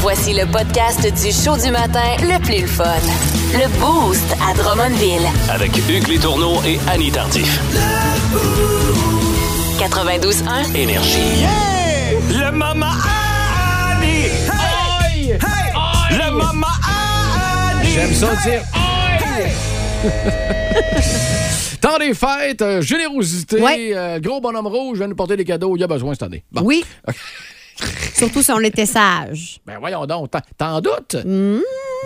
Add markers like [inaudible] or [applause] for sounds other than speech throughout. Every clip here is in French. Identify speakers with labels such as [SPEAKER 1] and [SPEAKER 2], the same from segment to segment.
[SPEAKER 1] Voici le podcast du show du matin le plus le fun. Le Boost à Drummondville.
[SPEAKER 2] Avec Hugues Létourneau et Annie Tardif.
[SPEAKER 1] 92.1.
[SPEAKER 2] Énergie. Le Mama Annie! Hey! Le Mama Annie!
[SPEAKER 3] J'aime ça dire. Temps des fêtes, euh, générosité,
[SPEAKER 4] Ouais.
[SPEAKER 3] euh, gros bonhomme rouge vient nous porter des cadeaux, il y a besoin cette année. Bon.
[SPEAKER 4] Oui. [laughs] Surtout si on était sage.
[SPEAKER 3] Ben voyons donc, t'en- t'en doutes?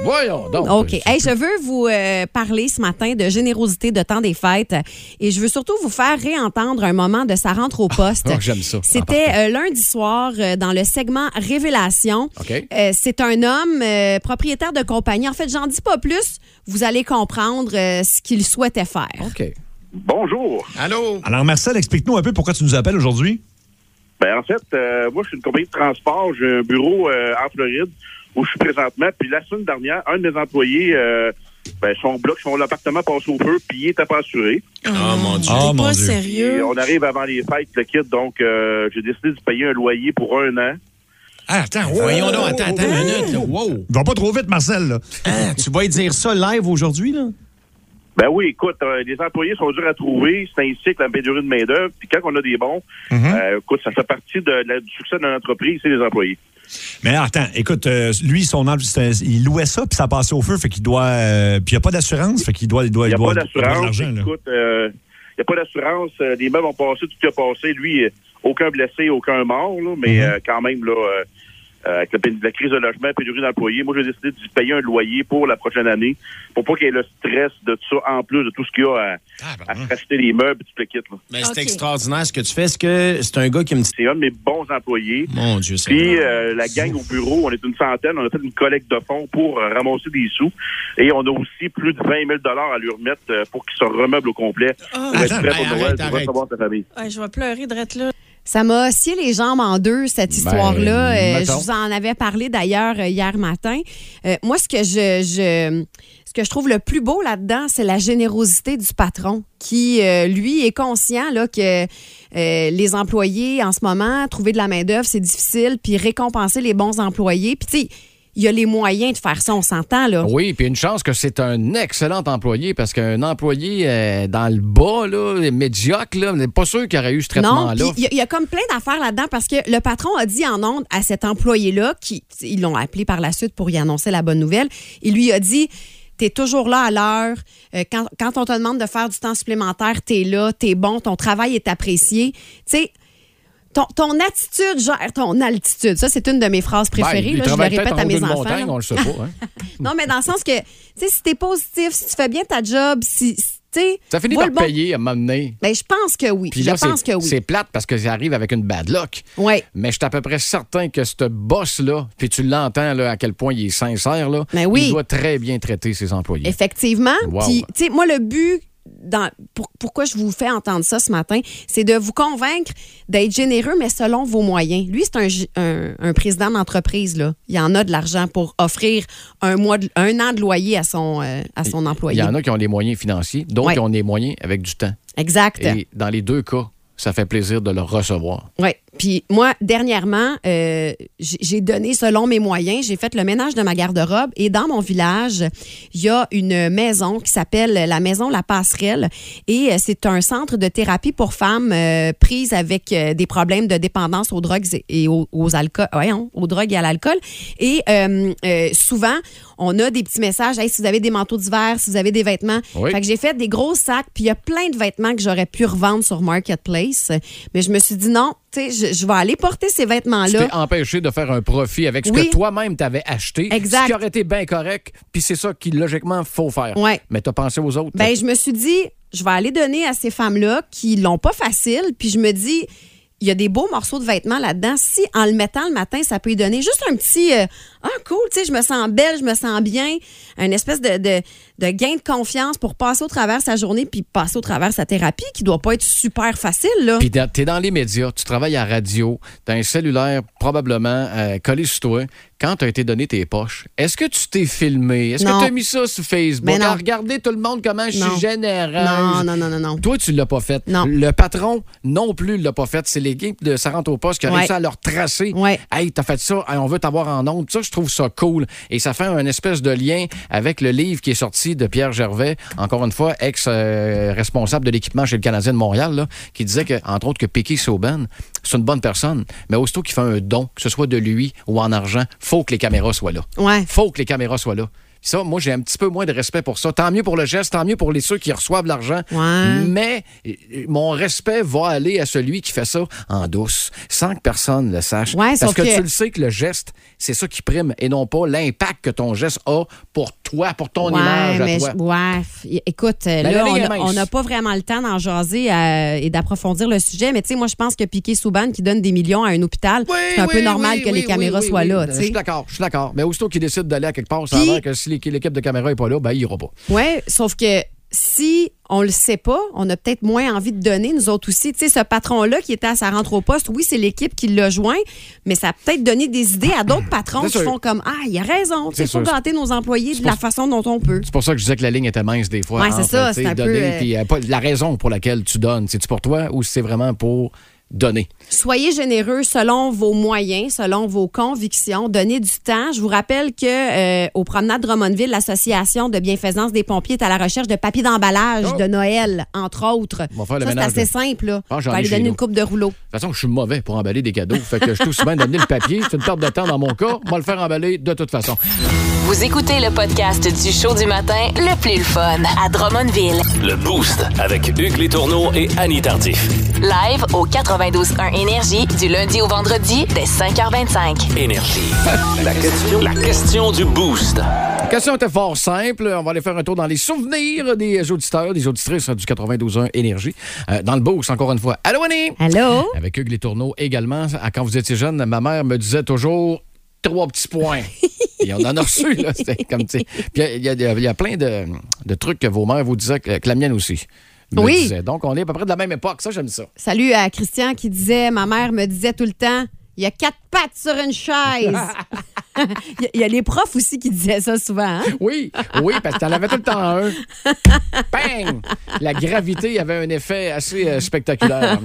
[SPEAKER 3] Voyons donc.
[SPEAKER 4] Hmm. OK. Hey, je veux vous euh, parler ce matin de générosité de temps des fêtes euh, et je veux surtout vous faire réentendre un moment de sa rentre au poste.
[SPEAKER 3] Ah, j'aime ça.
[SPEAKER 4] C'était euh, lundi soir euh, dans le segment Révélation.
[SPEAKER 3] OK.
[SPEAKER 4] Euh, C'est un homme euh, propriétaire de compagnie. En fait, j'en dis pas plus. Vous allez comprendre euh, ce qu'il souhaitait faire.
[SPEAKER 3] OK.
[SPEAKER 5] Bonjour.
[SPEAKER 3] Allô?
[SPEAKER 6] Alors, Marcel, explique-nous un peu pourquoi tu nous appelles aujourd'hui.
[SPEAKER 5] Ben, en fait, euh, moi, je suis une compagnie de transport. J'ai un bureau euh, en Floride où je suis présentement. Puis la semaine dernière, un de mes employés, euh, ben, son bloc, son appartement passe au feu, puis il n'était pas assuré.
[SPEAKER 7] Oh mon Dieu.
[SPEAKER 6] Oh,
[SPEAKER 7] T'es
[SPEAKER 6] mon
[SPEAKER 7] pas
[SPEAKER 6] Dieu.
[SPEAKER 5] Et
[SPEAKER 7] sérieux.
[SPEAKER 5] on arrive avant les fêtes, le kit, donc euh, j'ai décidé de payer un loyer pour un an.
[SPEAKER 7] Ah, attends, voyons donc, attends, attends une minute. là. Wow.
[SPEAKER 6] Va pas trop vite, Marcel. là.
[SPEAKER 7] Hein, oh. tu vas y dire ça live aujourd'hui, là?
[SPEAKER 5] Ben oui, écoute, euh, les employés sont durs à trouver. C'est ainsi que la pénurie de main-d'œuvre. Puis quand on a des bons, euh, écoute, ça fait partie de, la- du succès de l'entreprise, c'est les employés.
[SPEAKER 6] Mais attends, écoute, euh, lui, son env- c'était- il louait ça, puis ça a passé au feu, fait qu'il doit. euh, puis il n'y a pas d'assurance, fait qu'il doit. Il doit
[SPEAKER 5] Il n'y a
[SPEAKER 6] doit-
[SPEAKER 5] pas
[SPEAKER 6] doit de
[SPEAKER 5] d'assurance.
[SPEAKER 6] l'argent, là.
[SPEAKER 5] Écoute, euh, il n'y a pas d'assurance. euh, Les meubles ont passé, tout a passé. Lui, euh, aucun blessé, aucun mort, là, mais
[SPEAKER 6] Mhm.
[SPEAKER 5] euh, quand même, là, euh, euh, avec la, pén- la crise de logement, pénurie d'employés, moi, j'ai décidé de payer un loyer pour la prochaine année pour pas qu'il y ait le stress de tout ça, en plus de tout ce qu'il y a à,
[SPEAKER 7] Ah,
[SPEAKER 5] à se racheter les meubles et tout le kit. là.
[SPEAKER 7] Mais Ben, c'est
[SPEAKER 4] Ok.
[SPEAKER 7] extraordinaire ce que tu fais. Est-ce que c'est un gars qui me dit.
[SPEAKER 5] C'est un de mes bons employés.
[SPEAKER 7] Mon Dieu, c'est.
[SPEAKER 5] Puis euh, la gang au bureau, on est une centaine, on a fait une collecte de fonds pour euh, ramasser des sous. Et on a aussi plus de 20 000 à lui remettre euh, pour qu'il se remeuble au complet.
[SPEAKER 7] Ah,
[SPEAKER 5] Pour être
[SPEAKER 7] attends,
[SPEAKER 5] prêt pour
[SPEAKER 7] hey,
[SPEAKER 5] Noël,
[SPEAKER 7] arrête,
[SPEAKER 5] pour
[SPEAKER 7] arrête.
[SPEAKER 5] recevoir sa famille.
[SPEAKER 7] Ah, je vais pleurer de là.
[SPEAKER 4] Ça m'a scié les jambes en deux, cette histoire-là. Euh, je
[SPEAKER 3] Ben, mettons.
[SPEAKER 4] vous en avais parlé d'ailleurs euh, hier matin. Euh, moi, ce que je, je- ce que je trouve le plus beau là-dedans, c'est la générosité du patron qui, euh, lui, est conscient là, que euh, les employés, en ce moment, trouver de la main-d'œuvre, c'est difficile, puis récompenser les bons employés. Puis, tu sais, il y a les moyens de faire ça, on s'entend, là.
[SPEAKER 3] Ah Oui, puis une chance que c'est un excellent employé parce qu'un employé euh, dans le bas, là, médiocre, là, n'est pas sûr qu'il aurait eu ce
[SPEAKER 4] Non, puis
[SPEAKER 3] traitement-là.
[SPEAKER 4] il y a- il y, a comme plein d'affaires là-dedans parce que le patron a dit en ondes à cet employé-là, qui ils l'ont appelé par la suite pour y annoncer la bonne nouvelle, il lui a dit T'es toujours là à l'heure. Euh, quand, quand on te demande de faire du temps supplémentaire, t'es là, t'es bon, ton travail est apprécié. Tu sais, ton, ton attitude gère ton altitude. Ça, c'est une de mes phrases
[SPEAKER 3] Ben,
[SPEAKER 4] préférées.
[SPEAKER 3] il
[SPEAKER 4] là, je le
[SPEAKER 3] travaille peut-être
[SPEAKER 4] répète
[SPEAKER 3] en
[SPEAKER 4] à
[SPEAKER 3] haut
[SPEAKER 4] mes
[SPEAKER 3] d'une
[SPEAKER 4] enfants.
[SPEAKER 3] montagne,
[SPEAKER 4] là.
[SPEAKER 3] on le sait pas. hein.
[SPEAKER 4] Non, mais dans le sens que, tu sais, si t'es positif, si tu fais bien ta job, si, si- tu sais.
[SPEAKER 3] Ça finit
[SPEAKER 4] [laughs] vois
[SPEAKER 3] par
[SPEAKER 4] le bon-
[SPEAKER 3] payer à un moment donné.
[SPEAKER 4] Ben, je pense que oui.
[SPEAKER 3] Puis
[SPEAKER 4] je
[SPEAKER 3] là, c'est
[SPEAKER 4] pense que oui.
[SPEAKER 3] c'est plate parce que ça arrive avec une bad luck.
[SPEAKER 4] Ouais.
[SPEAKER 3] Mais je suis à peu près certain que ce boss-là, puis tu l'entends là, à quel point il est sincère, là,
[SPEAKER 4] Ben oui.
[SPEAKER 3] il doit très bien traiter ses employés.
[SPEAKER 4] Effectivement.
[SPEAKER 3] Wow.
[SPEAKER 4] Puis, tu sais, moi, le but, dans, pour- pourquoi je vous fais entendre ça ce matin, c'est de vous convaincre d'être généreux, mais selon vos moyens. Lui, c'est un, g- un- un président d'entreprise, là. Il en a de l'argent pour offrir un, mois de- un an de loyer à son, euh, à son
[SPEAKER 3] Il y
[SPEAKER 4] employé.
[SPEAKER 3] en a qui ont les moyens financiers, d'autres
[SPEAKER 4] Ouais.
[SPEAKER 3] qui ont les moyens avec du temps.
[SPEAKER 4] Exact.
[SPEAKER 3] Et dans les deux cas, ça fait plaisir de le recevoir.
[SPEAKER 4] Oui. Puis moi, dernièrement, euh, j'ai j'ai donné selon mes moyens, j'ai fait le ménage de ma garde-robe et dans mon village, il y a une maison qui s'appelle la maison La Passerelle et euh, c'est un centre de thérapie pour femmes euh, prises avec euh, des problèmes de dépendance aux drogues et- et aux, aux alcools, aux drogues et à l'alcool. Et euh, euh, souvent, on a des petits messages, hey, si vous avez des manteaux d'hiver, si vous avez des vêtements,
[SPEAKER 3] Oui.
[SPEAKER 4] fait que j'ai fait des gros sacs, puis il y a plein de vêtements que j'aurais pu revendre sur Marketplace. Mais je me suis dit non, tu sais, je, je vais aller porter ces
[SPEAKER 3] Tu
[SPEAKER 4] vêtements-là.
[SPEAKER 3] t'es empêché de faire un profit avec ce
[SPEAKER 4] Ah, Oui.
[SPEAKER 3] que toi-même t'avais acheté,
[SPEAKER 4] Exact.
[SPEAKER 3] ce qui aurait été bien correct, puis c'est ça qui, logiquement, faut faire.
[SPEAKER 4] Ouais.
[SPEAKER 3] Mais t'as pensé aux autres.
[SPEAKER 4] Ben, je me suis dit, je vais aller donner à ces femmes-là qui l'ont pas facile, puis je me dis, il y a des beaux morceaux de vêtements là-dedans. Si en le mettant le matin, ça peut y donner juste un petit euh, ah cool, tu sais, je me sens belle, je me sens bien, un espèce de, de de gain de confiance pour passer au travers sa journée puis passer au travers sa thérapie qui doit pas être super facile, là.
[SPEAKER 3] Puis dans- t'es dans les médias, tu travailles à radio, t'as un cellulaire probablement euh, collé sur toi. Quand t'as été donné tes poches, est-ce que tu t'es filmé? Est-ce
[SPEAKER 4] Non.
[SPEAKER 3] que t'as mis ça sur Facebook?
[SPEAKER 4] Mais non.
[SPEAKER 3] Ah, regardez tout le monde comment je
[SPEAKER 4] Non.
[SPEAKER 3] suis généreux.
[SPEAKER 4] Non, non, non, non, non.
[SPEAKER 3] Toi, tu l'as pas fait.
[SPEAKER 4] Non.
[SPEAKER 3] Le patron non plus l'a pas fait. C'est l'équipe de Ça rentre au poste qui a
[SPEAKER 4] Ouais.
[SPEAKER 3] réussi à leur tracer.
[SPEAKER 4] Ouais.
[SPEAKER 3] Hey, t'as fait ça, Hey, on veut t'avoir en ondes. Ça, je trouve ça cool. Et ça fait un espèce de lien avec le livre qui est sorti de Pierre Gervais, encore une fois, ex-responsable de l'équipement chez le Canadien de Montréal, là, qui disait que, entre autres, que Piqué Sauban, c'est une bonne personne, mais aussitôt qu'il fait un don, que ce soit de lui ou en argent, faut que les caméras soient là
[SPEAKER 4] Ouais.
[SPEAKER 3] faut que les caméras soient là. Puis Ça, moi, j'ai un petit peu moins de respect pour ça. Tant mieux pour le geste, tant mieux pour les ceux qui reçoivent l'argent.
[SPEAKER 4] Ouais.
[SPEAKER 3] Mais euh, mon respect va aller à celui qui fait ça en douce, sans que personne le sache.
[SPEAKER 4] Ouais,
[SPEAKER 3] Parce
[SPEAKER 4] sauf
[SPEAKER 3] que,
[SPEAKER 4] que-
[SPEAKER 3] tu le sais que le geste, c'est ça qui prime et non pas l'impact que ton geste a pour toi, pour ton
[SPEAKER 4] ouais,
[SPEAKER 3] image à
[SPEAKER 4] mais
[SPEAKER 3] toi. Ben,
[SPEAKER 4] je- ouais, f- écoute, euh,
[SPEAKER 3] La
[SPEAKER 4] là,
[SPEAKER 3] ligue
[SPEAKER 4] on
[SPEAKER 3] est
[SPEAKER 4] a-
[SPEAKER 3] mince.
[SPEAKER 4] on n'a pas vraiment le temps d'en jaser euh, et d'approfondir le sujet, mais tu sais, moi, je pense que Piqué Souban qui donne des millions à un hôpital,
[SPEAKER 3] Oui,
[SPEAKER 4] c'est un
[SPEAKER 3] oui,
[SPEAKER 4] peu normal
[SPEAKER 3] oui,
[SPEAKER 4] que
[SPEAKER 3] oui,
[SPEAKER 4] les
[SPEAKER 3] oui,
[SPEAKER 4] caméras
[SPEAKER 3] oui,
[SPEAKER 4] soient
[SPEAKER 3] oui. Ben, Euh,
[SPEAKER 4] là,
[SPEAKER 3] Je
[SPEAKER 4] tu
[SPEAKER 3] suis
[SPEAKER 4] sais.
[SPEAKER 3] d'accord, je suis d'accord. Mais aussitôt qu'ils décident d'aller à quelque part, ça a
[SPEAKER 4] Puis-
[SPEAKER 3] l'air que si l'équ- l'équipe de caméra n'est pas là, ben, il ira pas.
[SPEAKER 4] Ouais, sauf que si on le sait pas, on a peut-être moins envie de donner, nous autres aussi. Tu sais, ce patron-là qui était à sa rentre au poste, oui, c'est l'équipe qui l'a joint, mais ça a peut-être donné des idées à d'autres patrons
[SPEAKER 3] C'est
[SPEAKER 4] qui
[SPEAKER 3] sûr.
[SPEAKER 4] font comme Ah, il a raison,
[SPEAKER 3] C'est
[SPEAKER 4] il faut
[SPEAKER 3] sûr.
[SPEAKER 4] gâter nos employés de la façon dont on peut.
[SPEAKER 3] C'est pour ça que je disais que la ligne était mince des fois.
[SPEAKER 4] Ouais, c'est
[SPEAKER 3] entre,
[SPEAKER 4] ça,
[SPEAKER 3] tu sais,
[SPEAKER 4] c'est un peu,
[SPEAKER 3] donner,
[SPEAKER 4] euh,
[SPEAKER 3] puis, euh, pas- la raison pour laquelle tu donnes, c'est-tu pour toi ou c'est vraiment pour donner?
[SPEAKER 4] Soyez généreux selon vos moyens, selon vos convictions. Donnez du temps. Je vous rappelle que euh, au promenade Drummondville, l'association de bienfaisance des pompiers est à la recherche de papier d'emballage
[SPEAKER 3] Oh!
[SPEAKER 4] de Noël, entre autres.
[SPEAKER 3] On va faire le
[SPEAKER 4] Ça, c'est
[SPEAKER 3] ménage,
[SPEAKER 4] assez
[SPEAKER 3] là.
[SPEAKER 4] simple. Là.
[SPEAKER 3] Ah, j'en
[SPEAKER 4] On va
[SPEAKER 3] ai
[SPEAKER 4] lui
[SPEAKER 3] chez
[SPEAKER 4] donner
[SPEAKER 3] nous.
[SPEAKER 4] une coupe de rouleau.
[SPEAKER 3] De toute façon, je suis mauvais pour emballer des cadeaux. Fait que je touche souvent d'amener le papier. C'est une perte de temps dans mon cas. Moi, le faire emballer de toute façon.
[SPEAKER 1] Vous écoutez le podcast du show du matin le plus le fun à Drummondville.
[SPEAKER 2] Le Boost avec Hugues Létourneau et Annie Tardif.
[SPEAKER 1] Live au 92.1 Énergie du lundi au vendredi dès 5h25.
[SPEAKER 2] Énergie. [laughs] La question, la question du Boost.
[SPEAKER 3] La question était fort simple. On va aller faire un tour dans les souvenirs des auditeurs, des auditrices du 92.1 Énergie. Euh, dans le boost, encore une fois. Allô, Annie!
[SPEAKER 4] Allô?
[SPEAKER 3] Avec Hugues Les Tourneaux également. À- Quand vous étiez jeune, ma mère me disait toujours trois petits points. Et on en a reçu, là. C'était comme, tu sais. Puis il y a, il y a- il y a plein de, de trucs que vos mères vous disaient, que, que la mienne aussi. me
[SPEAKER 4] Oui.
[SPEAKER 3] disait. Donc, on est à peu près de la même époque. Ça, j'aime ça.
[SPEAKER 4] [laughs] Salut à Christian qui disait Ma mère me disait tout le temps, il y a quatre pattes sur
[SPEAKER 3] [laughs]
[SPEAKER 4] une chaise. Il y a- Il y, a les profs aussi qui disaient ça souvent. hein?
[SPEAKER 3] Oui, oui, parce que t'en avais tout le temps un. Bang! La gravité avait un effet assez euh, spectaculaire.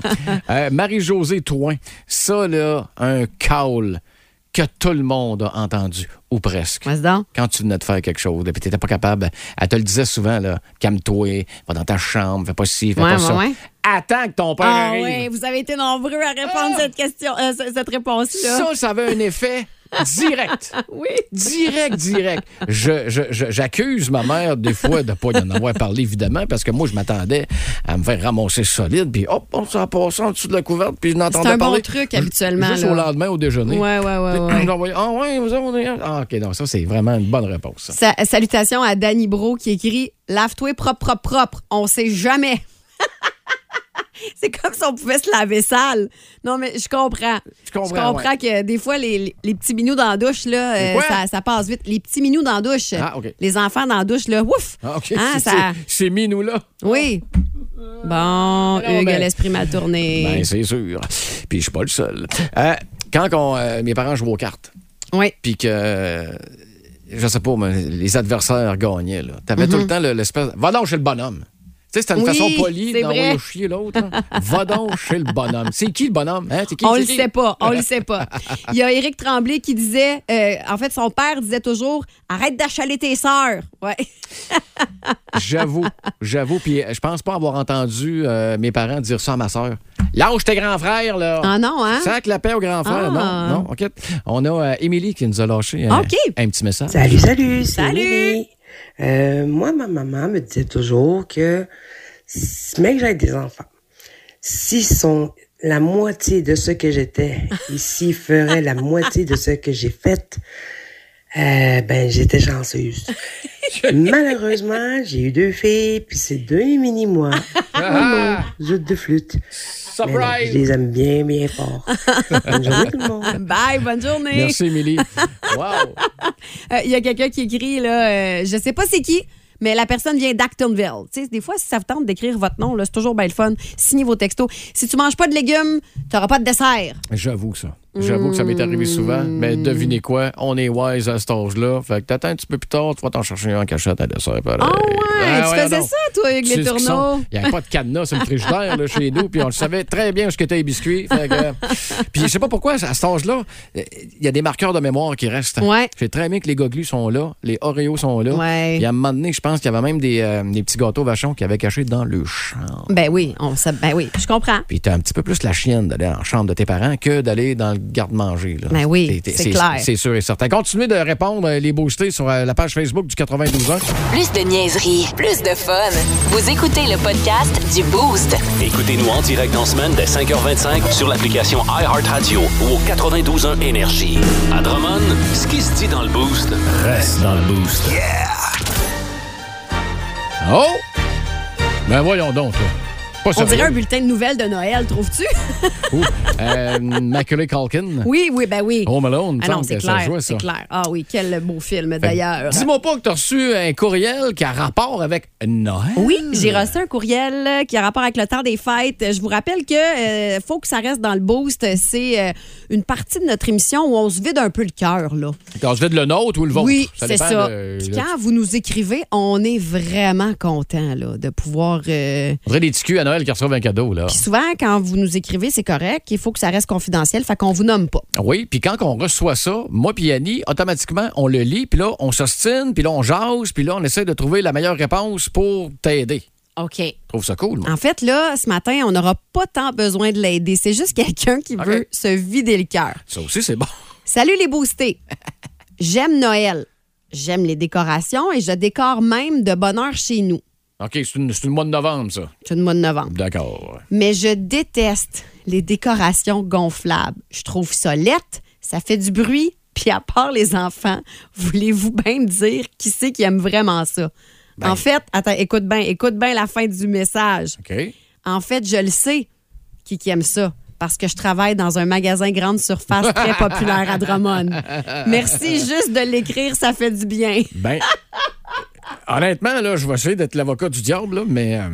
[SPEAKER 3] Euh, Marie-Josée Touin, ça, là, un call que tout le monde a entendu, ou presque.
[SPEAKER 4] Vas-y donc.
[SPEAKER 3] Quand tu venais de faire quelque chose, et puis t'étais pas capable, elle te le disait souvent, là, calme-toi, va dans ta chambre, fais pas ci, fais
[SPEAKER 4] Ouais,
[SPEAKER 3] pas
[SPEAKER 4] ouais,
[SPEAKER 3] ça.
[SPEAKER 4] ouais.
[SPEAKER 3] Attends que ton père
[SPEAKER 4] Ah
[SPEAKER 3] arrive.
[SPEAKER 4] oui, vous avez été nombreux à
[SPEAKER 3] Ah!
[SPEAKER 4] répondre à cette question, euh, ce- cette réponse-là.
[SPEAKER 3] Ça, ça avait un effet direct.
[SPEAKER 4] Oui.
[SPEAKER 3] Direct, direct. Je- je- je- J'accuse ma mère des fois de ne pas y en avoir parlé, évidemment, parce que moi, je m'attendais à me faire ramasser solide, puis hop, on s'en passe en dessous de la couverte, puis je n'entendais
[SPEAKER 4] C'est un
[SPEAKER 3] parler.
[SPEAKER 4] bon truc habituellement.
[SPEAKER 3] Juste
[SPEAKER 4] là.
[SPEAKER 3] au lendemain, au déjeuner.
[SPEAKER 4] Ouais, ouais, ouais, ouais, ouais.
[SPEAKER 3] Ils envoyaient, Ah ouais, vous avez... Ah, OK, non, ça, c'est vraiment une bonne réponse. ça.
[SPEAKER 4] Sa- salutations à Danny Bro qui écrit Lave-toi propre, propre, propre. On sait jamais. [laughs] C'est comme si on pouvait se laver sale. Non, mais je comprends.
[SPEAKER 3] Je comprends,
[SPEAKER 4] que des fois, les, les- les petits minous dans la douche, là, euh,
[SPEAKER 3] Quoi?
[SPEAKER 4] ça, ça passe vite. Les petits minous dans la douche.
[SPEAKER 3] Ah, OK.
[SPEAKER 4] Les enfants dans la douche, là, ouf!
[SPEAKER 3] Ah, OK,
[SPEAKER 4] Hein,
[SPEAKER 3] c'est-
[SPEAKER 4] ça-
[SPEAKER 3] c'est- c'est mis, nous, là.
[SPEAKER 4] Oui. Bon, Hugues,
[SPEAKER 3] ben-
[SPEAKER 4] l'esprit m'a tourné.
[SPEAKER 3] Ben, c'est sûr. Puis je suis pas le seul. Euh, quand qu'on, euh, mes parents jouaient aux cartes,
[SPEAKER 4] oui.
[SPEAKER 3] puis que, euh, je sais pas, mais les adversaires gagnaient. là. T'avais tout le temps le- l'espèce. Va donc chez le bonhomme. Tu sais, c'était une
[SPEAKER 4] Mm-hmm. Oui,
[SPEAKER 3] façon polie
[SPEAKER 4] c'est
[SPEAKER 3] d'envoyer
[SPEAKER 4] vrai.
[SPEAKER 3] au chier l'autre. là. Va donc chez le bonhomme. C'est qui le bonhomme? Hein? C'est qui,
[SPEAKER 4] On
[SPEAKER 3] c'est
[SPEAKER 4] le
[SPEAKER 3] qui?
[SPEAKER 4] sait pas, on le sait [laughs] pas. Il y a Éric Tremblay qui disait, euh, en fait, son père disait toujours, arrête d'achaler tes sœurs. Ouais.
[SPEAKER 3] J'avoue, j'avoue. Puis euh, je pense pas avoir entendu euh, mes parents dire ça à ma sœur. Lâche tes grands frères, là.
[SPEAKER 4] Ah non, hein?
[SPEAKER 3] Sac la paix au grand frère.
[SPEAKER 4] Ah.
[SPEAKER 3] Non, non, OK. On a euh, Émilie qui nous a lâché euh,
[SPEAKER 4] OK.
[SPEAKER 3] un petit message.
[SPEAKER 8] Salut, salut, c'est
[SPEAKER 4] Salut.
[SPEAKER 8] Émilie. Euh, moi, ma maman me disait toujours que, si- même que j'avais des enfants, s'ils sont la moitié de ce que j'étais
[SPEAKER 9] [laughs]
[SPEAKER 8] et s'ils feraient la moitié de ce que j'ai fait, euh, ben,
[SPEAKER 9] [laughs]
[SPEAKER 8] j'étais chanceuse. Malheureusement, j'ai eu deux filles, puis c'est deux
[SPEAKER 9] [laughs]
[SPEAKER 8] mini-moi.
[SPEAKER 3] Ah!
[SPEAKER 8] Zut de flûte. Mais non, je les aime bien,
[SPEAKER 9] [laughs]
[SPEAKER 8] bien fort. Bonne journée, tout le monde.
[SPEAKER 4] [laughs] Bye, bonne journée.
[SPEAKER 3] Merci, Émilie. Wow!
[SPEAKER 4] Euh, Il y a quelqu'un qui écrit, là, euh, je sais pas c'est qui, mais la personne vient d'Actonville. Tu sais, des fois, si ça vous tente d'écrire votre nom, là, c'est toujours bien le fun. Signez vos textos. Si tu manges pas de légumes, tu n'auras pas de dessert.
[SPEAKER 3] J'avoue ça. J'avoue que ça m'est arrivé souvent, mais devinez quoi, on est wise à cet âge-là. Fait que t'attends un petit peu plus tard, tu vas t'en chercher un en cachette à dessert. pareil.
[SPEAKER 4] Ah ouais, tu faisais
[SPEAKER 3] donc.
[SPEAKER 4] ça, toi, avec les
[SPEAKER 3] Tu sais ce qu'ils
[SPEAKER 4] tourneaux?
[SPEAKER 3] sont. Il n'y avait pas de cadenas sur le frigidaire là, chez nous, puis on le savait très bien où ce qu'étaient les biscuits. Fait que, euh, puis je sais pas pourquoi, à cet âge-là, euh, il y a des marqueurs de mémoire qui restent.
[SPEAKER 4] Ouais.
[SPEAKER 3] J'ai très bien que les goglus sont là, les Oreos sont là.
[SPEAKER 4] Ouais.
[SPEAKER 3] Puis à un moment donné, je pense qu'il y avait même des, euh, des petits gâteaux vachons qui avaient cachés dans le champ.
[SPEAKER 4] Ben oui, on, ça, ben oui, je comprends.
[SPEAKER 3] Puis t'as un petit peu plus la chienne d'aller en chambre de tes parents que d'aller dans le garde-manger. là.
[SPEAKER 4] Ben oui,
[SPEAKER 3] T'es- t'es-
[SPEAKER 4] c'est clair.
[SPEAKER 3] C'est sûr et certain. Continuez de répondre, euh, les boostés, sur euh, la page Facebook du 92 ans.
[SPEAKER 1] Plus de niaiserie, plus de fun. Vous écoutez le podcast du Boost.
[SPEAKER 2] Écoutez-nous en direct en semaine dès 5h25 sur l'application iHeartRadio ou au 92.1 Énergie. À Drummond, ce qui se dit dans le boost reste dans le boost.
[SPEAKER 3] Oh! Ben voyons donc, là. Pas
[SPEAKER 4] On
[SPEAKER 3] sérieux.
[SPEAKER 4] dirait un bulletin de nouvelles de Noël, trouves-tu?
[SPEAKER 3] Ouh. Euh, Macaulay Culkin.
[SPEAKER 4] Oui, oui, ben oui.
[SPEAKER 3] Home Alone,
[SPEAKER 4] Ah non,
[SPEAKER 3] semble
[SPEAKER 4] c'est
[SPEAKER 3] que ça
[SPEAKER 4] clair,
[SPEAKER 3] jouait,
[SPEAKER 4] c'est
[SPEAKER 3] ça.
[SPEAKER 4] clair. Ah oui, quel beau film
[SPEAKER 3] Fait que
[SPEAKER 4] d'ailleurs.
[SPEAKER 3] Dis-moi pas que t'as reçu un courriel qui a rapport avec Noël.
[SPEAKER 4] Oui, j'ai reçu un courriel euh, qui a rapport avec le temps des fêtes. Je vous rappelle que euh, faut que ça reste dans le boost. C'est euh, une partie de notre émission où on se vide un peu le cœur, là.
[SPEAKER 3] Quand je vais de le nôtre ou le vôtre.
[SPEAKER 4] Oui, c'est
[SPEAKER 3] dépend
[SPEAKER 4] ça.
[SPEAKER 3] de-
[SPEAKER 4] Puis
[SPEAKER 3] de-
[SPEAKER 4] quand vous nous écrivez, on est vraiment content là, de pouvoir. euh,
[SPEAKER 3] On dirait des petits culs à Noël qui reçoivent un cadeau, là.
[SPEAKER 4] Puis souvent, quand vous nous écrivez, c'est correct. Il faut que ça reste confidentiel, fait qu'on vous nomme pas.
[SPEAKER 3] Oui, puis quand on reçoit ça, moi puis Annie, automatiquement, on le lit, puis là, on s'ostine, puis là, on jase, puis là, on essaie de trouver la meilleure réponse pour t'aider.
[SPEAKER 4] OK.
[SPEAKER 3] Je trouve ça cool, moi.
[SPEAKER 4] En fait, là, ce matin, on n'aura pas tant besoin de l'aider. C'est juste [laughs] quelqu'un qui
[SPEAKER 3] OK.
[SPEAKER 4] veut se vider le cœur.
[SPEAKER 3] Ça aussi, c'est bon. [laughs]
[SPEAKER 4] Salut les boostés. J'aime Noël. J'aime les décorations et je décore même de bonne heure chez nous.
[SPEAKER 3] OK, c'est une- c'est le mois de novembre, ça.
[SPEAKER 4] C'est le mois de novembre.
[SPEAKER 3] D'accord.
[SPEAKER 4] Mais je déteste les décorations gonflables. Je trouve ça lette, ça fait du bruit. Puis à part les enfants, voulez-vous bien me dire qui c'est qui aime vraiment ça? En fait, attends, écoute bien, écoute bien la fin du message.
[SPEAKER 3] OK.
[SPEAKER 4] En fait, je le sais qui, qui aime ça parce que je travaille dans un magasin grande surface très populaire à Drummond. Merci juste de l'écrire, ça fait du bien.
[SPEAKER 3] Ben, [laughs] honnêtement, là, je vais essayer d'être l'avocat du diable, là, mais euh,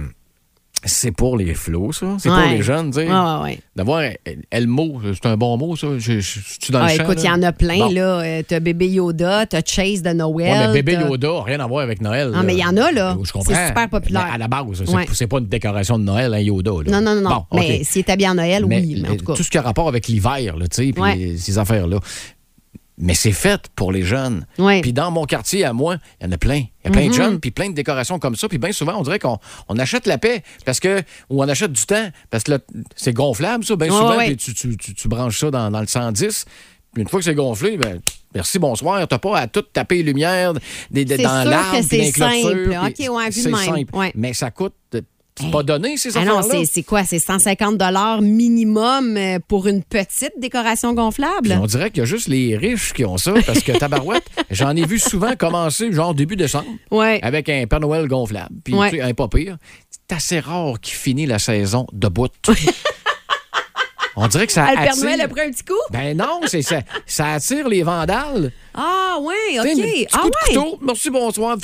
[SPEAKER 3] c'est pour les flots, ça. C'est pour
[SPEAKER 4] Ouais.
[SPEAKER 3] les jeunes, tu sais.
[SPEAKER 4] Ouais, ouais, ouais.
[SPEAKER 3] D'avoir le mot, c'est un bon mot, ça. Je, je- je suis dans
[SPEAKER 4] Ah,
[SPEAKER 3] le champ,
[SPEAKER 4] écoute, il y
[SPEAKER 3] là?
[SPEAKER 4] en a plein,
[SPEAKER 3] Bon.
[SPEAKER 4] là. Euh, T'as bébé Yoda, t'as Chase de Noël.
[SPEAKER 3] Ouais, mais bébé
[SPEAKER 4] t'as-
[SPEAKER 3] Yoda, rien à voir avec Noël.
[SPEAKER 4] Ah, mais il y en a, là.
[SPEAKER 3] Je comprends.
[SPEAKER 4] C'est super populaire.
[SPEAKER 3] Mais à la base, c'est
[SPEAKER 4] Ouais.
[SPEAKER 3] c'est pas une décoration de Noël, un Yoda. là.
[SPEAKER 4] Non, non, non, non.
[SPEAKER 3] Bon, OK.
[SPEAKER 4] Mais s'il est habillé en Noël,
[SPEAKER 3] Mais
[SPEAKER 4] oui, mais en
[SPEAKER 3] le-
[SPEAKER 4] tout cas.
[SPEAKER 3] Tout ce qui a rapport avec l'hiver, là, tu sais, puis
[SPEAKER 4] Ouais.
[SPEAKER 3] les- ces affaires-là. Mais c'est fait pour les jeunes.
[SPEAKER 4] Ouais. Mhm.
[SPEAKER 3] Puis dans mon quartier, à moi, il y en a plein. Il y a plein de jeunes, puis plein de décorations comme ça. Puis bien souvent, on dirait qu'on on achète la paix parce que ou on achète du temps parce que là, c'est gonflable, ça. Bien
[SPEAKER 4] Ouais,
[SPEAKER 3] souvent,
[SPEAKER 4] ouais.
[SPEAKER 3] puis tu, tu- tu- tu branches ça dans, dans le 110. Puis une fois que c'est gonflé, ben, merci, bonsoir. T'as pas à tout taper les lumières des, des-
[SPEAKER 4] C'est
[SPEAKER 3] dans
[SPEAKER 4] sûr
[SPEAKER 3] l'arbre,
[SPEAKER 4] que
[SPEAKER 3] puis dans les
[SPEAKER 4] c'est simple.
[SPEAKER 3] clôtures, puis
[SPEAKER 4] OK, ouais, vu de
[SPEAKER 3] c'est
[SPEAKER 4] même.
[SPEAKER 3] simple.
[SPEAKER 4] Ouais.
[SPEAKER 3] Mais ça coûte... euh, C'est pas donné, ces
[SPEAKER 4] Ah non,
[SPEAKER 3] affaires-là.
[SPEAKER 4] c'est- c'est quoi? C'est 150 minimum euh, pour une petite décoration
[SPEAKER 3] Puis
[SPEAKER 4] gonflable?
[SPEAKER 3] on dirait qu'il y a juste les riches qui ont ça, parce
[SPEAKER 4] [laughs]
[SPEAKER 3] que tabarouette, j'en ai vu souvent commencer, genre début décembre,
[SPEAKER 4] Ouais.
[SPEAKER 3] avec un Père Noël gonflable, puis
[SPEAKER 4] Ouais.
[SPEAKER 3] tu sais, un pas pire. C'est assez rare qu'il finit la saison de bout. on dirait que ça
[SPEAKER 4] Ah, le Père
[SPEAKER 3] attire...
[SPEAKER 4] Noël a pris un petit coup?
[SPEAKER 3] Ben non, c'est ça, ça attire les vandales.
[SPEAKER 4] Ah, ouais,
[SPEAKER 3] Tu sais, mais
[SPEAKER 4] OK.
[SPEAKER 3] petit
[SPEAKER 4] Ah,
[SPEAKER 3] coup de
[SPEAKER 4] ouais.
[SPEAKER 3] couteau, merci, bonsoir.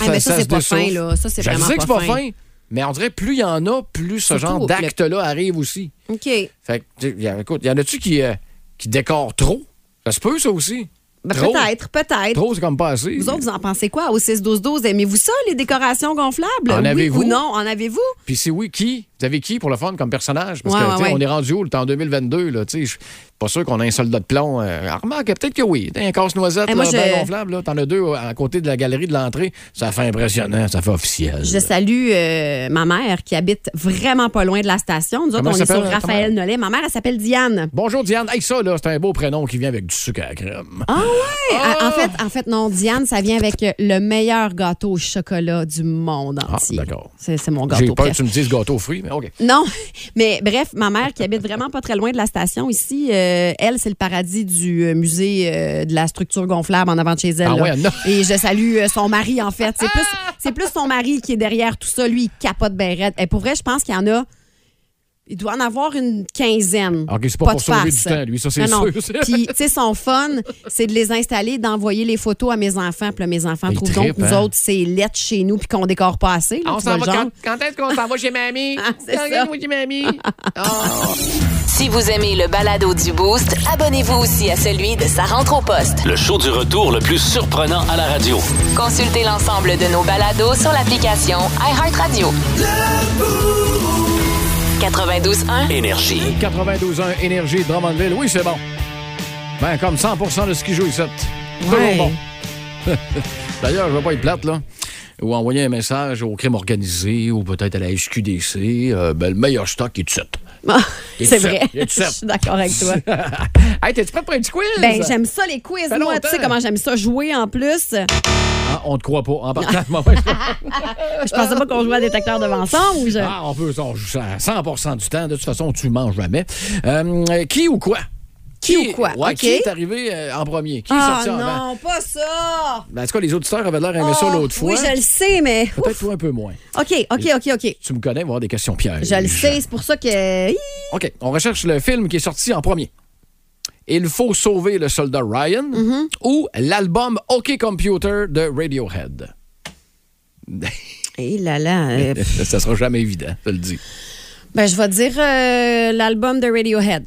[SPEAKER 4] Ah, mais ça,
[SPEAKER 3] se
[SPEAKER 4] c'est pas
[SPEAKER 3] dessouffle.
[SPEAKER 4] fin, là. Ça, c'est
[SPEAKER 3] Je
[SPEAKER 4] vraiment
[SPEAKER 3] sais que c'est
[SPEAKER 4] pas
[SPEAKER 3] pas
[SPEAKER 4] fin.
[SPEAKER 3] fin, mais on dirait plus il y en a, plus ce
[SPEAKER 4] Surtout
[SPEAKER 3] genre
[SPEAKER 4] au club.
[SPEAKER 3] d'acte-là arrive aussi.
[SPEAKER 4] OK.
[SPEAKER 3] Fait que, tu sais, y a- écoute, y en a-tu qui, euh, qui décorent trop? Ça se peut, ça aussi.
[SPEAKER 4] Ben,
[SPEAKER 3] Trop.
[SPEAKER 4] peut-être, peut-être.
[SPEAKER 3] Trop, c'est comme pas assez.
[SPEAKER 4] Vous autres, vous en pensez quoi au 6-12-12? Aimez-vous ça, les décorations gonflables?
[SPEAKER 3] En
[SPEAKER 4] oui
[SPEAKER 3] avez-vous?
[SPEAKER 4] ou non? En avez-vous?
[SPEAKER 3] Puis si oui, qui? Vous avez qui pour le fun comme personnage? Parce
[SPEAKER 4] Ouais,
[SPEAKER 3] que,
[SPEAKER 4] ouais,
[SPEAKER 3] tu sais,
[SPEAKER 4] ouais.
[SPEAKER 3] on est rendu où, le temps 2022, là, tu sais, je suis pas sûr qu'on a un soldat de plomb. Euh, ah, remarque, peut-être que oui. T'as un casse-noisette,
[SPEAKER 4] Eh,
[SPEAKER 3] là,
[SPEAKER 4] moi, je-
[SPEAKER 3] bien gonflable, là. T'en as deux euh, à côté de la galerie de l'entrée. Ça fait impressionnant, ça fait officiel.
[SPEAKER 4] Je salue euh, ma mère qui habite vraiment pas loin de la station. Nous autres,
[SPEAKER 3] Comment
[SPEAKER 4] on est
[SPEAKER 3] s'appelle
[SPEAKER 4] sur
[SPEAKER 3] ta
[SPEAKER 4] Raphaël Nollet. Ma mère, elle s'appelle Diane.
[SPEAKER 3] Bonjour, Diane. Hey, ça, là, c'est un beau prénom qui vient avec du sucre à la crème.
[SPEAKER 4] Ah
[SPEAKER 3] Oh!
[SPEAKER 4] ouais! En- En fait, en fait, non, Diane, ça vient avec euh, le meilleur gâteau au chocolat du monde
[SPEAKER 3] Ah,
[SPEAKER 4] entier.
[SPEAKER 3] d'accord.
[SPEAKER 4] C'est c'est mon
[SPEAKER 3] J'ai peur
[SPEAKER 4] gâteau. préféré.
[SPEAKER 3] que tu me dises gâteau aux fruits, mais OK.
[SPEAKER 4] Non, [laughs] mais bref, ma mère qui habite vraiment pas très loin de la station ici, euh, elle, c'est le paradis du euh, musée euh, de la structure gonflable en avant de chez elle.
[SPEAKER 3] Ah
[SPEAKER 4] là.
[SPEAKER 3] ouais, non. Ah!
[SPEAKER 4] Et je salue euh, son mari, en fait. C'est plus, c'est plus son mari qui est derrière tout ça. Lui, il capote bien raide. Et pour vrai, je pense qu'il y en a il doit en avoir une quinzaine.
[SPEAKER 3] OK, c'est pas pour
[SPEAKER 4] de
[SPEAKER 3] sauver
[SPEAKER 4] farce.
[SPEAKER 3] du temps, lui, ça, c'est
[SPEAKER 4] Non, non.
[SPEAKER 3] sûr, ça.
[SPEAKER 4] Puis, tu sais, son fun, c'est de les installer, d'envoyer les photos à mes enfants. Puis là, mes enfants
[SPEAKER 3] Ils
[SPEAKER 4] trouvent donc
[SPEAKER 3] trippent,
[SPEAKER 4] nous
[SPEAKER 3] hein? Ah,
[SPEAKER 4] autres, c'est lettre chez nous, puis qu'on décore pas assez. là, Ah, tu vois le genre.
[SPEAKER 3] est-ce qu'on s'en va chez mamie?
[SPEAKER 4] [laughs] Ah, c'est Quand ça. est-ce qu'on
[SPEAKER 3] chez mamie?
[SPEAKER 4] [laughs]
[SPEAKER 1] Si vous aimez le balado du Boost, abonnez-vous aussi à celui de Sa rentre au poste.
[SPEAKER 2] Le show du retour le plus surprenant à la radio.
[SPEAKER 1] Consultez l'ensemble de nos balados sur l'application iHeartRadio. 92.1.
[SPEAKER 2] Énergie.
[SPEAKER 3] 92.1 Énergie Drummondville. Oui, c'est bon. Ben, comme 100 de ce qui joue ici.
[SPEAKER 4] Ouais.
[SPEAKER 3] Toujours bon. D'ailleurs, je ne vais pas être plate, là. Ou envoyer un message au crime organisé ou peut-être à la SQDC. Euh, ben, le meilleur stock est de suite. Il est
[SPEAKER 4] Ah, c'est
[SPEAKER 3] sept.
[SPEAKER 4] vrai.
[SPEAKER 3] Il est
[SPEAKER 4] [laughs] Je
[SPEAKER 3] sept.
[SPEAKER 4] suis d'accord avec toi.
[SPEAKER 3] [laughs] hey, t'es-tu prêt pour un petit quiz?
[SPEAKER 4] Ben, j'aime ça, les quiz.
[SPEAKER 3] fait
[SPEAKER 4] Moi, tu sais
[SPEAKER 3] longtemps.
[SPEAKER 4] comment j'aime ça jouer en plus.
[SPEAKER 3] Ah, on te croit pas. En [laughs] partant, mauvaise foi.
[SPEAKER 4] Je pensais pas qu'on jouait à détecteur de mensonges.
[SPEAKER 3] Ah, on peut, on joue ça à 100 du temps. De toute façon, tu manges jamais. Euh, qui ou quoi?
[SPEAKER 4] Qui ou quoi?
[SPEAKER 3] Ouais,
[SPEAKER 4] OK.
[SPEAKER 3] Qui est arrivé euh, en premier? Qui est
[SPEAKER 4] Ah
[SPEAKER 3] sorti en avant?
[SPEAKER 4] non, pas ça!
[SPEAKER 3] Ben, en tout cas, les auditeurs avaient l'air aimé ça
[SPEAKER 4] Oh,
[SPEAKER 3] l'autre fois.
[SPEAKER 4] Oui, je le sais, mais.
[SPEAKER 3] Peut-être toi un peu moins.
[SPEAKER 4] OK, OK, OK, OK.
[SPEAKER 3] Tu me connais, on va avoir des questions pièges.
[SPEAKER 4] Je le sais, c'est pour ça que. Hi!
[SPEAKER 3] OK, on recherche le film qui est sorti en premier. Il faut sauver le soldat Ryan
[SPEAKER 4] Mhm.
[SPEAKER 3] ou l'album OK Computer de Radiohead. [laughs]
[SPEAKER 4] Eh là là. euh,
[SPEAKER 3] ça sera jamais évident, je le dis.
[SPEAKER 4] ben, je vais te dire euh, l'album de Radiohead.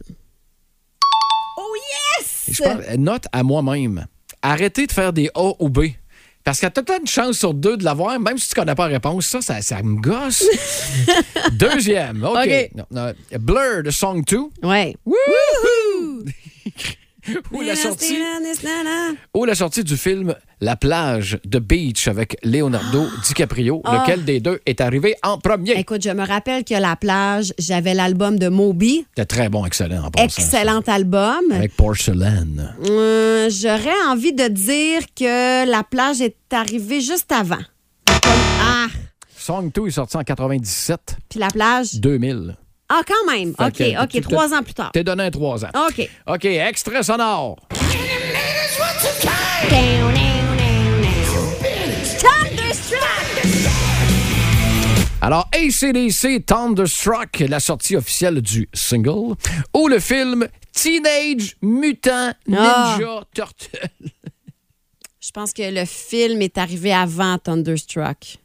[SPEAKER 4] Oh yes!
[SPEAKER 3] Et je pense- note à moi-même. Arrêtez de faire des A ou B. Parce qu'il y a peut-être une chance sur deux de l'avoir, même si tu connais pas la réponse. Ça, ça, ça me gosse.
[SPEAKER 4] [laughs]
[SPEAKER 3] Deuxième. OK.
[SPEAKER 4] OK.
[SPEAKER 3] Non, non. Blur de Song 2.
[SPEAKER 4] Ouais.
[SPEAKER 3] Ou la, sortie, ou la sortie du film La plage de Beach avec Leonardo
[SPEAKER 4] Ah!
[SPEAKER 3] DiCaprio. Lequel des deux est arrivé en premier?
[SPEAKER 4] [laughs] Écoute, je me rappelle que la plage, j'avais l'album de Moby.
[SPEAKER 3] C'était très bon, excellent en passant.
[SPEAKER 4] Excellent album.
[SPEAKER 3] Avec Porcelain.
[SPEAKER 4] Euh, J'aurais envie de dire que la plage est arrivée juste avant. Ah!
[SPEAKER 3] Song 2 est sorti en 97,
[SPEAKER 4] Puis la plage.
[SPEAKER 3] 2000.
[SPEAKER 4] Ah, quand même.
[SPEAKER 3] Fait
[SPEAKER 4] OK,
[SPEAKER 3] que tu-
[SPEAKER 4] OK. Trois ans plus tard.
[SPEAKER 3] T'es donné un 3 ans.
[SPEAKER 4] OK.
[SPEAKER 3] OK, extrait sonore. Alors, ACDC Thunderstruck, la sortie officielle du single, ou le film Teenage Mutant
[SPEAKER 4] Ah!
[SPEAKER 3] Ninja Turtle.
[SPEAKER 4] Je pense que le film est arrivé avant Thunderstruck.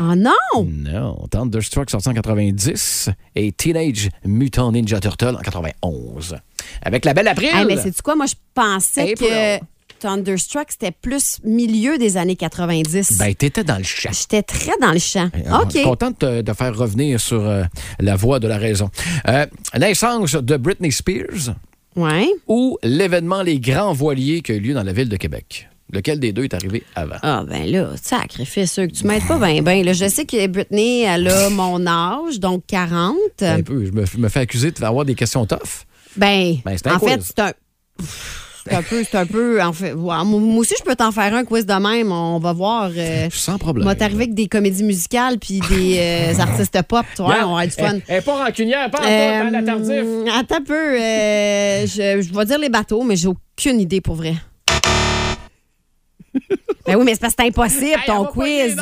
[SPEAKER 4] Oh non!
[SPEAKER 3] Non, Thunderstruck sorti en 90 et Teenage Mutant Ninja Turtle en 91. Avec la belle April.
[SPEAKER 4] Hey, Ah, mais c'est quoi? Moi, je pensais
[SPEAKER 3] April.
[SPEAKER 4] que Thunderstruck, c'était plus milieu des années 90.
[SPEAKER 3] ben, t'étais dans le chat.
[SPEAKER 4] J'étais très dans le champ.
[SPEAKER 3] Je suis
[SPEAKER 4] Ah, OK.
[SPEAKER 3] Content de, te- de faire revenir sur euh, la voie de la raison. Euh, naissance de Britney Spears
[SPEAKER 4] Ouais.
[SPEAKER 3] ou l'événement Les Grands Voiliers qui a eu lieu dans la ville de Québec. Lequel des deux est arrivé avant?
[SPEAKER 4] Ah, ben là, sacrifice, que tu m'aides pas ben ben. Là, je sais que Britney, elle a mon âge, donc 40.
[SPEAKER 3] Un peu, je me, je me fais accuser d'avoir des questions tough.
[SPEAKER 4] Ben,
[SPEAKER 3] Ben, c'est un
[SPEAKER 4] en
[SPEAKER 3] quiz.
[SPEAKER 4] fait, c'est un... Pff, C'est un peu, c'est un peu, en fait, ouais, moi moi aussi, je peux t'en faire un quiz de même. On va voir. euh,
[SPEAKER 3] Sans problème.
[SPEAKER 4] Moi, t'arrives avec des comédies musicales puis des
[SPEAKER 3] [laughs]
[SPEAKER 4] euh, artistes pop, toi, on va être fun.
[SPEAKER 3] Elle n'est pas rancunière, Ah, pas hein,
[SPEAKER 4] Euh, attends un peu. euh, je, je vais dire les bateaux, mais j'ai aucune idée
[SPEAKER 3] [laughs]
[SPEAKER 4] pour vrai. ben oui, mais c'est parce que c'est impossible, ton quiz.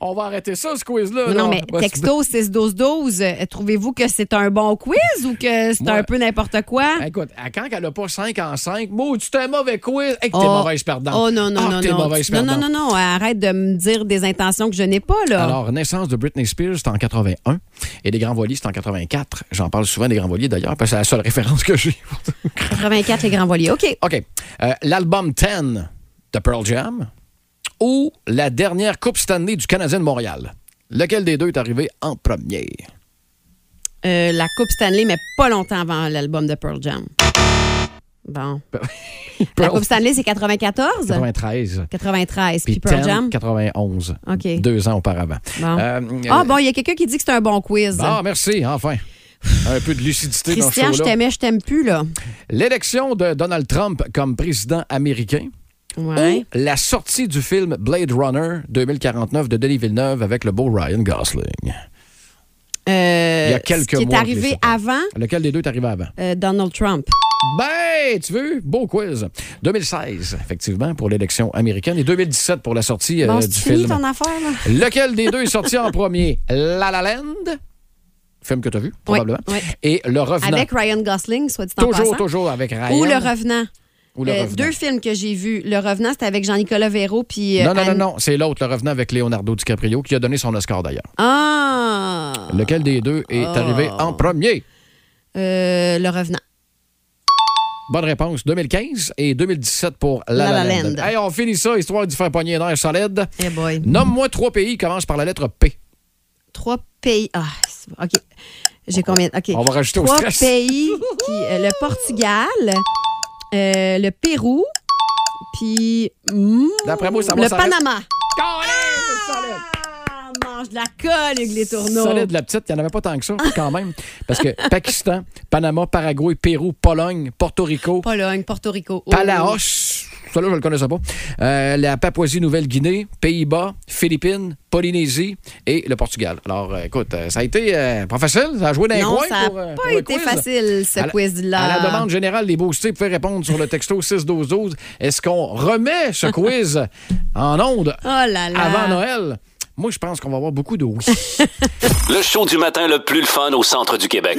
[SPEAKER 3] On va arrêter ça, ce quiz-là.
[SPEAKER 4] Non,
[SPEAKER 3] là.
[SPEAKER 4] non, mais
[SPEAKER 3] Ouais,
[SPEAKER 4] texto 6-12-12, euh, trouvez-vous que c'est un bon quiz ou que c'est
[SPEAKER 3] Moi-
[SPEAKER 4] un peu n'importe quoi?
[SPEAKER 3] c'est- ben, Écoute, à quand qu'elle n'a pas 5 en 5, Maud, tu un mauvais quiz. Hey, que t'es
[SPEAKER 4] Oh.
[SPEAKER 3] mauvaise perdante.
[SPEAKER 4] Oh non, non,
[SPEAKER 3] Ah,
[SPEAKER 4] non,
[SPEAKER 3] que t'es
[SPEAKER 4] non.
[SPEAKER 3] mauvaise
[SPEAKER 4] non.
[SPEAKER 3] perdante.
[SPEAKER 4] Non, non, non, arrête de me dire des intentions que je n'ai pas, là.
[SPEAKER 3] Alors, naissance de Britney Spears, c'était en 81. Et des Grands Voiliers, c'était en 84. J'en parle souvent des Grands Voiliers, d'ailleurs, parce que c'est la seule référence que j'ai. [laughs]
[SPEAKER 4] 84, les grands voiliers. OK.
[SPEAKER 3] OK. Euh, L'album 10 de Pearl Jam ou la dernière Coupe Stanley du Canadien de Montréal. Lequel des deux est arrivé en premier?
[SPEAKER 4] Euh, la Coupe Stanley, mais pas longtemps avant l'album de Pearl Jam.
[SPEAKER 3] [laughs]
[SPEAKER 4] Bon. La Coupe Stanley, c'est 94?
[SPEAKER 3] 93.
[SPEAKER 4] 93. Puis
[SPEAKER 3] Puis
[SPEAKER 4] Pearl
[SPEAKER 3] 10,
[SPEAKER 4] Jam?
[SPEAKER 3] 91.
[SPEAKER 4] OK.
[SPEAKER 3] Deux ans auparavant.
[SPEAKER 4] Bon.
[SPEAKER 3] Euh,
[SPEAKER 4] Ah,
[SPEAKER 3] euh,
[SPEAKER 4] bon, il y a quelqu'un qui dit que c'est un bon quiz.
[SPEAKER 3] Ah, merci, enfin. Un peu de lucidité
[SPEAKER 4] Christian,
[SPEAKER 3] dans ce
[SPEAKER 4] je
[SPEAKER 3] show-là.
[SPEAKER 4] t'aimais, je t'aime plus, là.
[SPEAKER 3] L'élection de Donald Trump comme président américain
[SPEAKER 4] Ouais.
[SPEAKER 3] ou la sortie du film Blade Runner 2049 de Denis Villeneuve avec le beau Ryan Gosling.
[SPEAKER 4] Euh,
[SPEAKER 3] Il y a quelques
[SPEAKER 4] ce qui
[SPEAKER 3] mois
[SPEAKER 4] est
[SPEAKER 3] que je l'ai
[SPEAKER 4] arrivé
[SPEAKER 3] fait.
[SPEAKER 4] avant
[SPEAKER 3] Lequel des deux est arrivé avant?
[SPEAKER 4] euh, Donald Trump.
[SPEAKER 3] Ben, tu veux? Beau quiz. 2016, effectivement, pour l'élection américaine et 2017 pour la sortie euh,
[SPEAKER 4] Bon, c'est
[SPEAKER 3] du
[SPEAKER 4] fini
[SPEAKER 3] film.
[SPEAKER 4] ton affaire, là?
[SPEAKER 3] Lequel des deux est sorti en premier? La La Land film que tu as vu, probablement.
[SPEAKER 4] oui.
[SPEAKER 3] Et Le Revenant.
[SPEAKER 4] Avec Ryan Gosling, soit dit en
[SPEAKER 3] toujours,
[SPEAKER 4] passant.
[SPEAKER 3] toujours avec Ryan.
[SPEAKER 4] Ou Le Revenant.
[SPEAKER 3] Ou Le
[SPEAKER 4] Euh,
[SPEAKER 3] Revenant.
[SPEAKER 4] deux films que j'ai vus. Le Revenant, c'était avec Jean-Nicolas Véro. Puis, euh,
[SPEAKER 3] Non, non, non,
[SPEAKER 4] Anne-
[SPEAKER 3] non, c'est l'autre, Le Revenant avec Leonardo DiCaprio, qui a donné son Oscar d'ailleurs.
[SPEAKER 4] Ah! Oh.
[SPEAKER 3] Lequel des deux est arrivé en premier?
[SPEAKER 4] Euh, le Revenant.
[SPEAKER 3] Bonne réponse, 2015 et 2017 pour La La,
[SPEAKER 4] La La
[SPEAKER 3] Land.
[SPEAKER 4] Land.
[SPEAKER 3] Hey, on finit ça, histoire du faire poignée d'air solide.
[SPEAKER 4] Eh boy.
[SPEAKER 3] Nomme-moi trois pays qui commencent par la lettre P.
[SPEAKER 4] Trois pays. Ah, c'est bon. OK. J'ai combien? OK.
[SPEAKER 3] On va rajouter au
[SPEAKER 4] Trois
[SPEAKER 3] stress. [laughs]
[SPEAKER 4] pays. Qui, euh, le Portugal, euh, le Pérou, puis. hmm,
[SPEAKER 3] D'après moi, ça va
[SPEAKER 4] Le
[SPEAKER 3] ça reste-
[SPEAKER 4] Panama.
[SPEAKER 3] Solide.
[SPEAKER 4] Ah, mange de la colle, Hugues Les Tourneaux.
[SPEAKER 3] Solide, la petite, il n'y en avait pas tant que ça, quand même. Parce
[SPEAKER 4] [laughs]
[SPEAKER 3] que Pakistan, Panama, Paraguay, Pérou, Pologne, Porto Rico,
[SPEAKER 4] Pologne, Porto Rico. Oh.
[SPEAKER 3] Palaos, celui-là, je ne le connaissais pas, euh, la Papouasie-Nouvelle-Guinée, Pays-Bas, Philippines, Polynésie et le Portugal. Alors, euh, écoute, euh, ça a été euh, pas facile, ça a joué d'un
[SPEAKER 4] Non,
[SPEAKER 3] coin
[SPEAKER 4] ça n'a
[SPEAKER 3] pour, euh,
[SPEAKER 4] pas
[SPEAKER 3] pour le
[SPEAKER 4] été
[SPEAKER 3] quiz.
[SPEAKER 4] facile, ce
[SPEAKER 3] À la-
[SPEAKER 4] quiz-là.
[SPEAKER 3] À la demande générale des boostés, vous pouvez répondre sur le texto 61212. Est-ce qu'on remet ce
[SPEAKER 4] [laughs]
[SPEAKER 3] quiz en onde
[SPEAKER 4] Oh là là.
[SPEAKER 3] avant Noël? Moi, je pense qu'on va avoir beaucoup de oui.
[SPEAKER 2] Le show du matin le plus le fun au centre du Québec.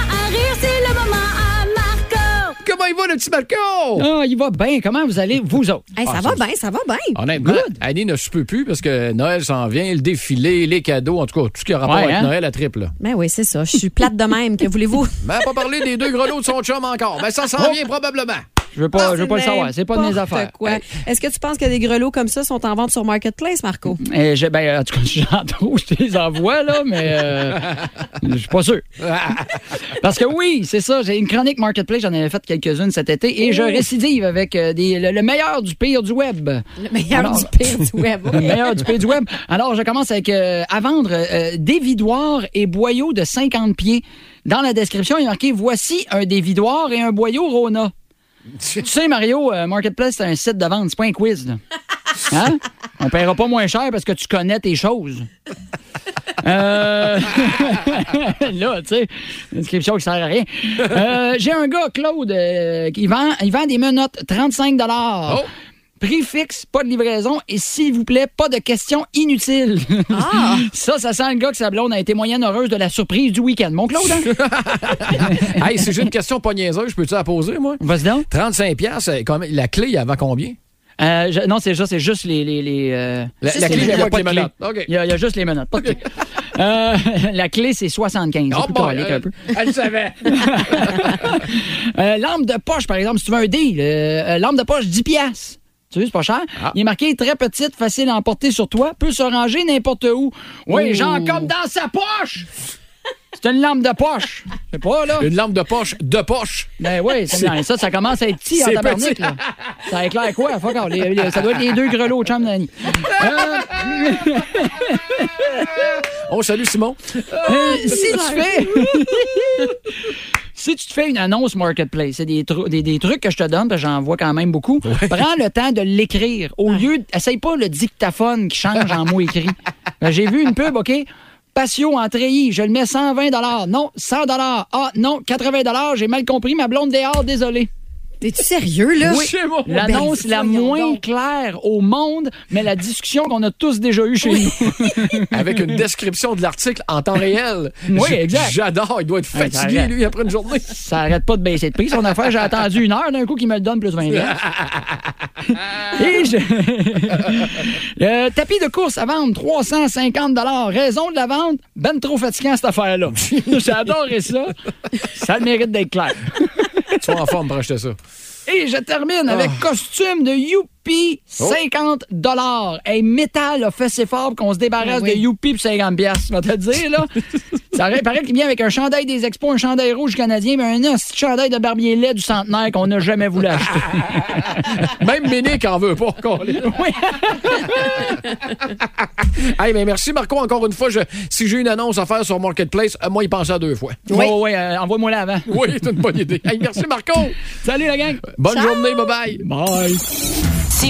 [SPEAKER 10] à rire, c'est le moment à Marco.
[SPEAKER 3] [laughs] Comment il va, le petit Marco?
[SPEAKER 9] Ah, il va bien. Comment vous allez, vous autres?
[SPEAKER 4] Hey, ça va bien, ça va bien.
[SPEAKER 3] Honnêtement,
[SPEAKER 9] Good.
[SPEAKER 3] Annie ne se peut plus parce que Noël s'en vient, le défilé, les cadeaux, en tout cas, tout ce qui a rapport
[SPEAKER 9] Ouais,
[SPEAKER 3] avec
[SPEAKER 9] hein?
[SPEAKER 3] Noël à triple.
[SPEAKER 4] Ben oui, c'est ça. Je suis plate de même. Que voulez-vous?
[SPEAKER 3] Mais pas parlé des deux grelots de son chum encore. Mais ça
[SPEAKER 9] Oh.
[SPEAKER 3] s'en vient probablement.
[SPEAKER 9] Je veux pas, je veux pas le savoir. C'est pas de mes
[SPEAKER 4] N'importe
[SPEAKER 9] affaires.
[SPEAKER 4] quoi. Est-ce que tu penses que des grelots comme ça sont en vente sur Marketplace, Marco?
[SPEAKER 9] Euh, j'ai- ben, en tout cas, j'en trouve, je te les envoie, là, mais euh, je
[SPEAKER 6] [laughs]
[SPEAKER 9] suis pas sûr. Parce que oui, c'est ça, j'ai une chronique Marketplace, j'en avais fait quelques-unes cet été,
[SPEAKER 6] Oh.
[SPEAKER 9] et je récidive avec euh, des, le, le meilleur du pire du web.
[SPEAKER 4] Le meilleur
[SPEAKER 9] Alors-
[SPEAKER 4] du pire du web.
[SPEAKER 9] Le meilleur du pays du web. Alors, je commence avec euh, à vendre euh, des vidoirs et boyaux de 50 pieds. Dans la description, il est marqué voici un des vidoirs et un boyau Rona. tu sais, Mario, euh, Marketplace, c'est un site de vente, c'est pas un quiz. là. Hein? On paiera pas moins cher parce que tu connais tes choses. Euh, [laughs] là, tu sais, inscription qui sert à rien. Euh, J'ai un gars, Claude, euh, qui vend, il vend des menottes, 35 Ah.
[SPEAKER 3] Oh!
[SPEAKER 9] Prix fixe, pas de livraison et s'il vous plaît, pas de questions inutiles.
[SPEAKER 4] Ah!
[SPEAKER 9] ça, ça sent le gars que sa blonde a été moyenne heureuse de la surprise du week-end. Mon Claude, hein?
[SPEAKER 3] [laughs] hey, si j'ai une question pas niaiseuse, je peux-tu la poser, moi?
[SPEAKER 9] Vas-y donc.
[SPEAKER 3] 35 piastres, c'est quand même- la clé, avant combien?
[SPEAKER 9] Euh, je- non, c'est juste, c'est juste les. les, les, euh,
[SPEAKER 3] La-
[SPEAKER 9] juste
[SPEAKER 3] la
[SPEAKER 9] les-
[SPEAKER 3] clé,
[SPEAKER 9] il y a
[SPEAKER 3] pas
[SPEAKER 9] pas
[SPEAKER 3] avec
[SPEAKER 9] de clé.
[SPEAKER 3] les menottes. OK.
[SPEAKER 9] Il y, a, il y a juste les menottes, pas
[SPEAKER 3] [laughs]
[SPEAKER 9] de clé. Euh, la clé, c'est 75. C'est plus
[SPEAKER 3] bon,
[SPEAKER 9] corrélé
[SPEAKER 3] euh,
[SPEAKER 9] qu'un peu.
[SPEAKER 3] [laughs] elle le savait.
[SPEAKER 9] [laughs] Euh, lampe de poche, par exemple, si tu veux un deal, euh, euh, lampe de poche 10 piastres. Tu vois, c'est pas cher.
[SPEAKER 3] Ah.
[SPEAKER 9] Il est marqué très petite, facile à emporter sur toi, peut se ranger n'importe où. Oui, genre comme dans sa poche! C'est une lampe de poche. Je sais pas, là.
[SPEAKER 3] Une lampe de poche, de poche.
[SPEAKER 9] Ben oui,
[SPEAKER 8] [laughs]
[SPEAKER 9] c'est bien. ça, ça commence à être petit en
[SPEAKER 3] c'est
[SPEAKER 9] tabarnak,
[SPEAKER 3] petit.
[SPEAKER 9] là. Ça éclaire quoi? Fuck off. Les- les- ça doit être les deux grelots de chambre d'Annie. Euh,
[SPEAKER 3] [laughs] On salue Oh, Simon.
[SPEAKER 9] Euh, si tu fais. Si tu te fais une annonce marketplace, c'est des, tru- des, des trucs que je te donne, parce que j'en vois quand même beaucoup. Prends le temps de l'écrire.
[SPEAKER 3] Ah.
[SPEAKER 9] Au lieu, d- essaye pas le dictaphone qui change en mots
[SPEAKER 3] [laughs]
[SPEAKER 9] écrits. Ben, J'ai vu une pub, OK? Patio en treillis, je le mets 120 Non, 100 Ah, non, 80 J'ai mal compris, ma blonde dehors, désolé.
[SPEAKER 4] T'es-tu sérieux, là?
[SPEAKER 3] Oui. Chez moi.
[SPEAKER 9] L'annonce
[SPEAKER 4] ben,
[SPEAKER 9] la
[SPEAKER 4] voyons
[SPEAKER 9] moins
[SPEAKER 4] donc.
[SPEAKER 9] claire au monde, mais la discussion qu'on a tous déjà eue chez nous.
[SPEAKER 3] Avec
[SPEAKER 9] [laughs]
[SPEAKER 3] une description de l'article en temps réel.
[SPEAKER 9] Oui,
[SPEAKER 3] J-
[SPEAKER 9] exact.
[SPEAKER 3] J'adore. Il doit être
[SPEAKER 9] Ouais,
[SPEAKER 3] fatigué,
[SPEAKER 9] arrête.
[SPEAKER 3] lui, après
[SPEAKER 9] [laughs]
[SPEAKER 3] une journée.
[SPEAKER 9] Ça arrête pas de baisser de prix, son affaire. J'ai attendu une heure d'un coup qu'il me le donne plus 20 Et je... [laughs] Le tapis de course à vendre, 350 Raison de la vente, ben trop fatigant cette affaire-là. J'ai adoré ça. Ça a le mérite d'être clair.
[SPEAKER 3] Sois en forme pour acheter ça.
[SPEAKER 9] Et je termine avec costume de Youpi, 50 dollars. Hey, métal a fait ses formes qu'on se débarrasse
[SPEAKER 4] Ben oui.
[SPEAKER 9] de Youpi pour 50 piastres, je vais te le dire, là. Ça aurait- paraît qu'il vient avec un chandail des expos, un chandail rouge canadien, mais un hostie de chandail de barbier laid du centenaire qu'on n'a jamais voulu acheter.
[SPEAKER 3] Même Ménic en veut pas encore. [laughs] hey, mais merci Marco, encore une fois. je- si j'ai une annonce à faire sur Marketplace, euh, moi, il pense à deux fois.
[SPEAKER 9] Oui, oui, envoie-moi là avant.
[SPEAKER 3] Oui, c'est une bonne idée. Hey, merci Marco.
[SPEAKER 9] Salut la gang!
[SPEAKER 3] Bonne journée, bye bye.
[SPEAKER 9] Bye!
[SPEAKER 1] Si